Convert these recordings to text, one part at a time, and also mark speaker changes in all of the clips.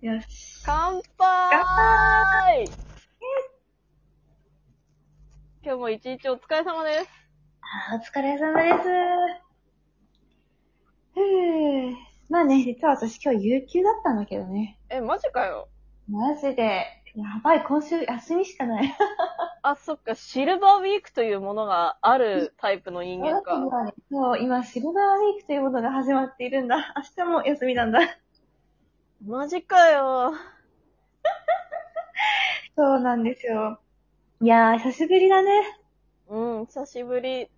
Speaker 1: よし。
Speaker 2: 乾
Speaker 1: 乾
Speaker 2: 杯今日も一日お疲れ様です。
Speaker 1: あーお疲れ様です。ふぅ。まあね、実は私今日有給だったんだけどね。
Speaker 2: え、マジかよ。
Speaker 1: マジで。やばい、今週休みしかない。
Speaker 2: あ、そっか、シルバーウィークというものがあるタイプの人間か。
Speaker 1: そう、今、シルバーウィークというものが始まっているんだ。明日も休みなんだ。
Speaker 2: マジかよ。
Speaker 1: そうなんですよ。いやー、久しぶりだね。
Speaker 2: うん、久しぶり。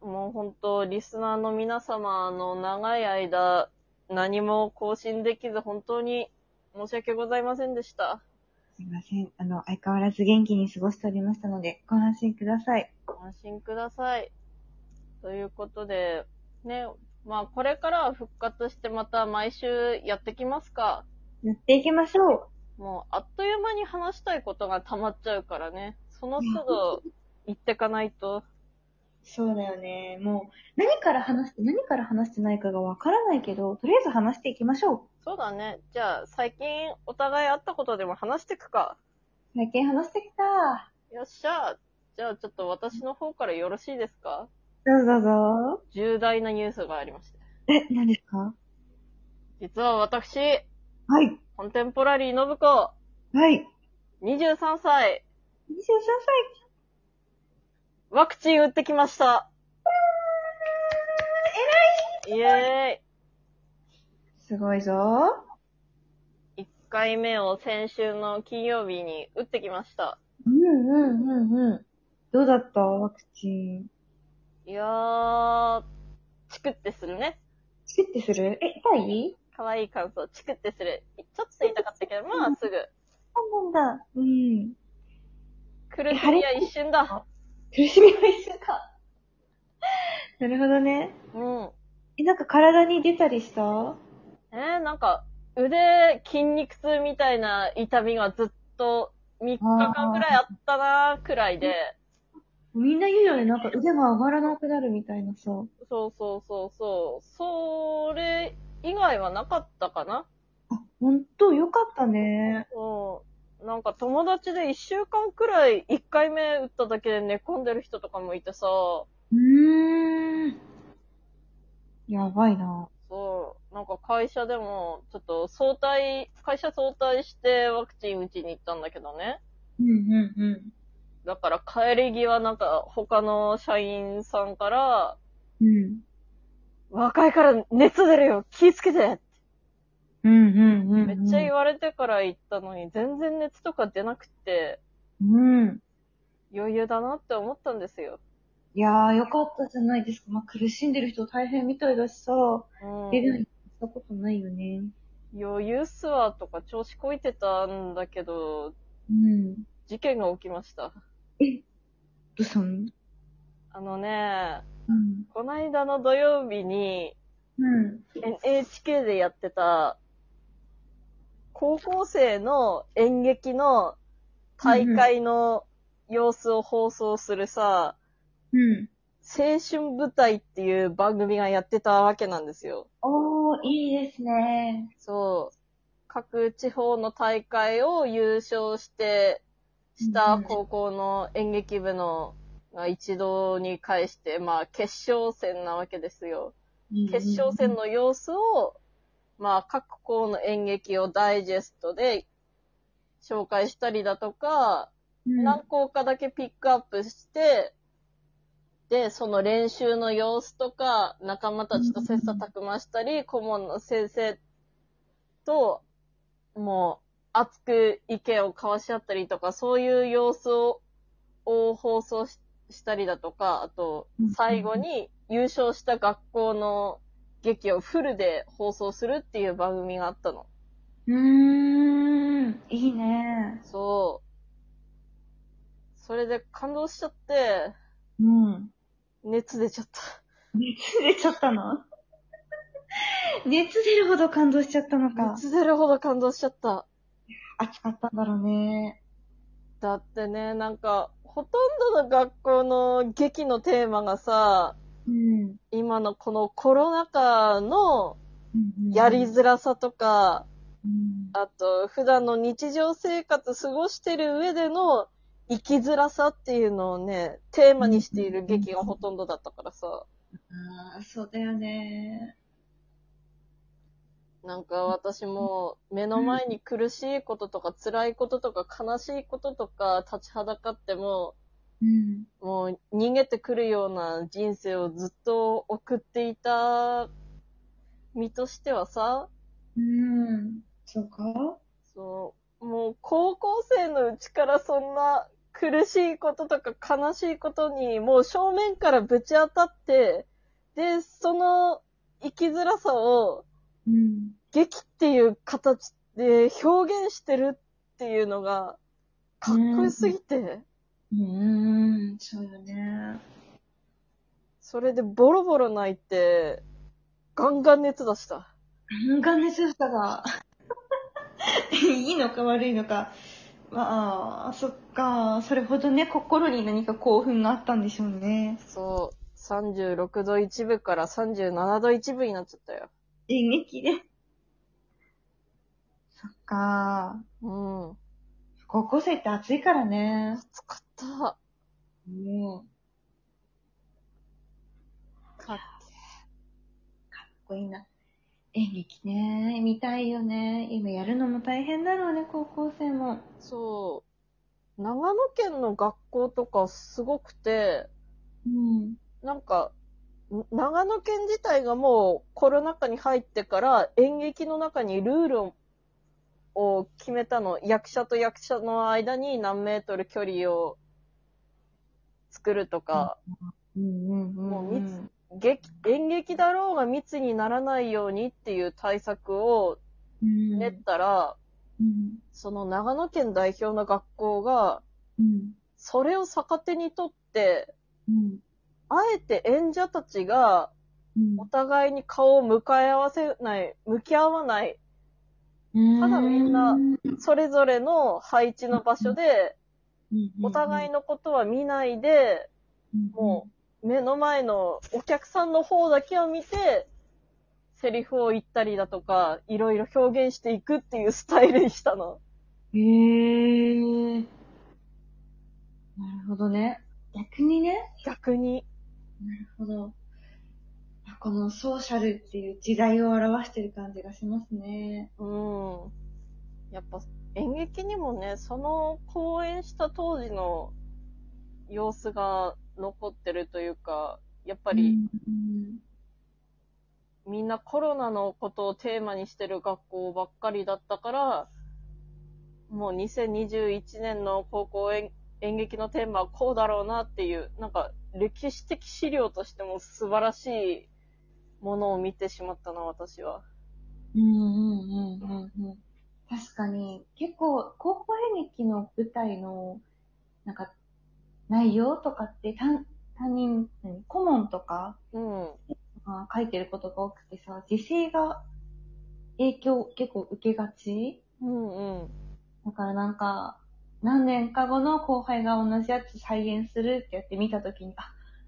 Speaker 2: もう本当リスナーの皆様の長い間、何も更新できず、本当に申し訳ございませんでした。
Speaker 1: すいません。あの、相変わらず元気に過ごしておりましたので、ご安心ください。
Speaker 2: ご安心ください。ということで、ね、まあこれからは復活してまた毎週やってきますか。
Speaker 1: やっていきましょう。
Speaker 2: もうあっという間に話したいことが溜まっちゃうからね。その都度言ってかないと。
Speaker 1: そうだよね。もう、何から話して、何から話してないかがわからないけど、とりあえず話していきましょう。
Speaker 2: そうだね。じゃあ最近お互い会ったことでも話してくか。
Speaker 1: 最近話してきた。
Speaker 2: よっしゃ。じゃあちょっと私の方からよろしいですか
Speaker 1: どうぞどうぞ。
Speaker 2: 重大なニュースがありまして。
Speaker 1: え、何ですか
Speaker 2: 実は私、
Speaker 1: はい。
Speaker 2: コンテンポラリー信子、
Speaker 1: はい。
Speaker 2: 23歳、
Speaker 1: 23
Speaker 2: ワクチン打ってきました。イエ
Speaker 1: 歳。すごいぞ。
Speaker 2: ーイ。1回目を先週の金曜日に打ってきました。
Speaker 1: うんうんうんうん。どうだったワクチン。
Speaker 2: いやー、チクってするね。
Speaker 1: チクってするえ、痛い
Speaker 2: 可愛い感想、チクってする。ちょっと痛かったけど、まあすぐ。
Speaker 1: そうなんだ。うん。
Speaker 2: 苦しみは一瞬だ。
Speaker 1: 苦しみは一緒か。 なるほどね。
Speaker 2: うん。
Speaker 1: え、なんか体に出たりした
Speaker 2: えー、なんか、腕、筋肉痛みたいな痛みがずっと3日間ぐらいあったなーくらいで、
Speaker 1: みんな言うよね。なんか腕が上がらなくなるみたいなさ。
Speaker 2: そうそうそうそう、それ以外はなかったかな
Speaker 1: ほんと、よかったね。
Speaker 2: うん。なんか友達で1週間くらい1回目打っただけで寝込んでる人とかもいてさ、
Speaker 1: うーん。やばいな。
Speaker 2: そう、なんか会社でも、ちょっと早退、会社早退してワクチン打ちに行ったんだけどね。
Speaker 1: うんうんうん。
Speaker 2: だから帰り際なんか他の社員さんから、
Speaker 1: うん。
Speaker 2: 若いから熱出るよ気ぃつけてって
Speaker 1: うんうんうん、
Speaker 2: めっちゃ言われてから行ったのに全然熱とか出なくて
Speaker 1: うん。
Speaker 2: 余裕だなって思ったんですよ。
Speaker 1: いやー、よかったじゃないですか。まあ、苦しんでる人大変みたいだしさ、
Speaker 2: うん、
Speaker 1: 出ないしたことないよね。
Speaker 2: 余裕すわとか調子こいてたんだけど、
Speaker 1: うん。
Speaker 2: 事件が起きまし
Speaker 1: ど
Speaker 2: た。
Speaker 1: うしたのうん。
Speaker 2: あのね、こないだの土曜日に
Speaker 1: うん。
Speaker 2: NHK でやってた高校生の演劇の大会の様子を放送するさ、
Speaker 1: うん。
Speaker 2: 青春舞台っていう番組がやってたわけなんですよ。
Speaker 1: おー、いいですね。
Speaker 2: そう。各地方の大会を優勝して、した高校の演劇部のが一堂に会して、まあ決勝戦なわけですよ。決勝戦の様子を、まあ各校の演劇をダイジェストで紹介したりだとか、何校かだけピックアップして、で、その練習の様子とか、仲間たちと切磋琢磨したり、顧問の先生と、もう、熱く意見を交わし合ったりとか、そういう様子を、を放送ししたりだとか、あと
Speaker 1: うんうん、
Speaker 2: 最後に優勝した学校の劇をフルで放送するっていう番組があったの。
Speaker 1: うん。うーん。いいね。
Speaker 2: そう。それで感動しちゃって、
Speaker 1: うん。
Speaker 2: 熱出ちゃった。
Speaker 1: 熱出ちゃったの熱出るほど感動しちゃったのか。
Speaker 2: 熱出るほど感動しちゃった。
Speaker 1: 暑かったんだろうね。
Speaker 2: だってね、なんか、ほとんどの学校の劇のテーマがさ、
Speaker 1: うん。
Speaker 2: 今のこのコロナ禍のやりづらさとか、
Speaker 1: うん
Speaker 2: あと、普段の日常生活過ごしてる上での生きづらさっていうのをね、テーマにしている劇がほとんどだったからさ、
Speaker 1: ああ、そうだよね。
Speaker 2: なんか私も目の前に苦しいこととか辛いこととか悲しいこととか立ちはだかっても、
Speaker 1: うん。
Speaker 2: もう逃げてくるような人生をずっと送っていた身としてはさ、
Speaker 1: うん。そうか
Speaker 2: そう、もう高校生のうちからそんな苦しいこととか悲しいことにもう正面からぶち当たって、で、その生きづらさを
Speaker 1: うん。
Speaker 2: 劇っていう形で表現してるっていうのがかっこよすぎて、
Speaker 1: うん、そうよね。
Speaker 2: それでボロボロ泣いて、ガンガン熱出した。
Speaker 1: なんかね、強さが。いいのか悪いのか。まあ、そっか。それほどね、心に何か興奮があったんでしょうね。
Speaker 2: そう。36度1分から37度1分になっちゃったよ。
Speaker 1: 演劇で。そっか。
Speaker 2: うん。
Speaker 1: 高校生って暑いからね。
Speaker 2: 暑かった。
Speaker 1: も
Speaker 2: かっ
Speaker 1: う、こいいな。演劇ね。見たいよね。今やるのも大変だろうね、高校生も。
Speaker 2: そう。長野県の学校とかすごくて、
Speaker 1: うん。
Speaker 2: なんか、ん長野県自体がもうコロナ禍に入ってから演劇の中にルールをを決めたの。役者と役者の間に何メートル距離を作るとか、
Speaker 1: うんうんうん、
Speaker 2: もう密劇演劇だろうが密にならないようにっていう対策を
Speaker 1: うん。
Speaker 2: 練ったら、
Speaker 1: うん。
Speaker 2: その長野県代表の学校が、
Speaker 1: うん。
Speaker 2: それを逆手にとって、
Speaker 1: うん。
Speaker 2: あえて演者たちが
Speaker 1: うん
Speaker 2: お互いに顔を向かい合わせない、向き合わない、
Speaker 1: た
Speaker 2: だみんなそれぞれの配置の場所で、お互い
Speaker 1: い、
Speaker 2: のことは見ないで、も目の前のお客さんの方だけを見て、セリフを言ったりだとか、いろいろ表現していくっていうスタイルにしたの。
Speaker 1: うん。へえー。なるほどね。逆にね。
Speaker 2: 逆に。
Speaker 1: なるほど。このソーシャルっていう時代を表してる感じがしますね。
Speaker 2: うん。やっぱ演劇にもね、その公演した当時の様子が残ってるというか、やっぱり
Speaker 1: うん
Speaker 2: みんなコロナのことをテーマにしてる学校ばっかりだったから、もう2021年の高校演演劇のテーマはこうだろうなっていう、なんか歴史的資料としても素晴らしいものを見てしまったな、私は。
Speaker 1: うんうんうんうんうん。確かに、結構、高校演劇の舞台の、なんか、内容とかって、担担任、何顧問とか、
Speaker 2: うん。
Speaker 1: まあ、書いてることが多くてさ、時勢が影響を結構受けがち
Speaker 2: うんうん。
Speaker 1: だからなんか、何年か後の後輩が同じやつ再現するってやって見たときに、あ、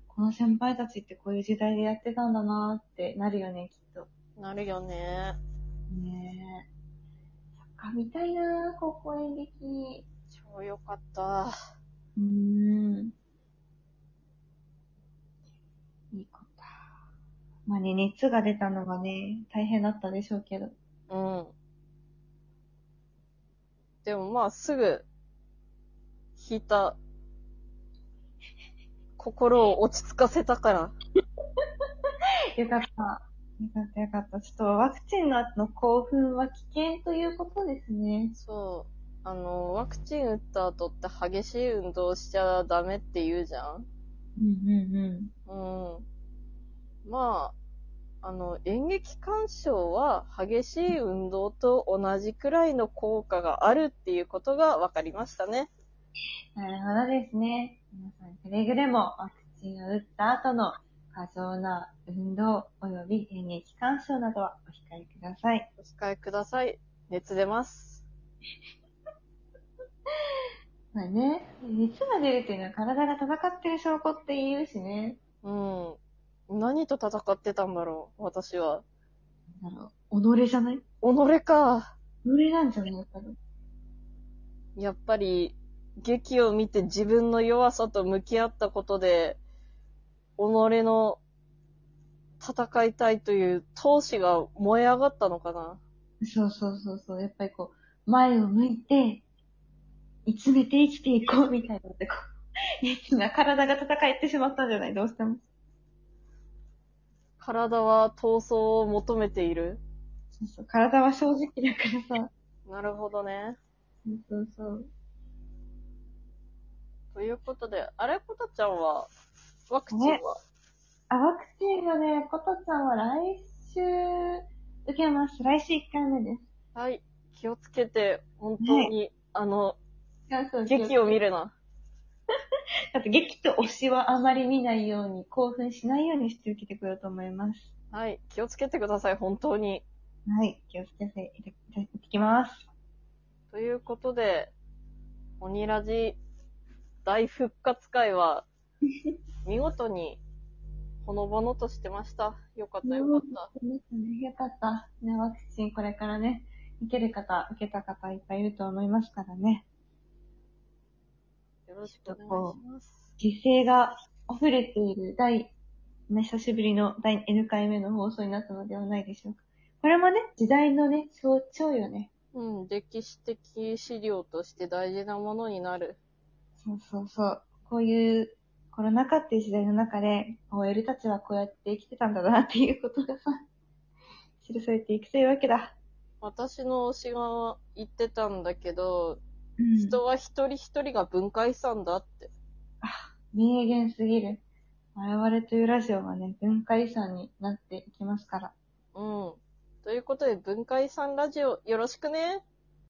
Speaker 1: この先輩たちってこういう時代でやってたんだなーってなるよね、きっと。
Speaker 2: なるよね。
Speaker 1: ねえ。そっか、見たいなー、高校演劇。
Speaker 2: 超良かった。
Speaker 1: うーん。いいこと。まあね、熱が出たのがね、大変だったでしょうけど。
Speaker 2: うん。でもまあすぐ、引いた。心を落ち着かせたから。
Speaker 1: よかった。よかったよかった。ちょっとワクチンの後の興奮は危険ということですね。
Speaker 2: そう。あの、ワクチン打った後って激しい運動しちゃダメって言うじゃん
Speaker 1: うんうんうん。
Speaker 2: うん。まあ、あの、演劇鑑賞は激しい運動と同じくらいの効果があるっていうことが分かりましたね。
Speaker 1: なるほどですね。皆さんくれぐれもワクチンを打った後の過剰な運動及び演劇鑑賞などはお控えください。
Speaker 2: お控えください。熱出ます。
Speaker 1: まあね、熱が出るっていうのは体が戦ってる証拠って言うしね。
Speaker 2: うん。何と戦ってたんだろう、私は。
Speaker 1: なんだろう。己じゃない
Speaker 2: 己か。
Speaker 1: それなんじゃないかな。
Speaker 2: やっぱり、劇を見て自分の弱さと向き合ったことで、己の戦いたいという闘志が燃え上がったのかな。
Speaker 1: そうそうそうそう。やっぱりこう、前を向いて、見つめて生きていこうみたいな ってこう、熱が体が戦えてしまったんじゃないどうしても。
Speaker 2: 体は闘争を求めている。
Speaker 1: そうそう。体は正直だからさ。
Speaker 2: なるほどね。
Speaker 1: そうそうそう。
Speaker 2: ということで、あれこたちゃんは、ワクチンは
Speaker 1: ねあ、ワクチンがね、ことちゃんは来週受けます。来週1回目です。
Speaker 2: はい。気をつけて、本当に、あの、
Speaker 1: そうそう
Speaker 2: 劇を見るな。
Speaker 1: だって劇と推しはあまり見ないように、興奮しないようにして受けてこようと思います。
Speaker 2: はい。気をつけてください、本当に。
Speaker 1: はい。気をつけていただいてきます。
Speaker 2: ということで、鬼ラジ大復活会は、見事に、ほのぼのとしてました。よかった、よかった。
Speaker 1: よかった。ね、ワクチンこれからね、受ける方、受けた方いっぱいいると思いますからね。
Speaker 2: よろしくお願いします。
Speaker 1: 時勢が溢れている第、ね、久しぶりの第 N 回目の放送になったのではないでしょうか。これもね、時代のね、象徴よね。
Speaker 2: うん、歴史的資料として大事なものになる。
Speaker 1: そうそうそう。こういうコロナ禍っていう時代の中で、OL たちはこうやって生きてたんだなっていうことがさ、 記されていくというわけだ。
Speaker 2: 私の推しが言ってたんだけど、
Speaker 1: うん
Speaker 2: 人は一人一人が文化遺産だって。
Speaker 1: 名言すぎる。我々というラジオはね、文化遺産になっていきますから。
Speaker 2: うん。ということで、文化遺産ラジオよろしくね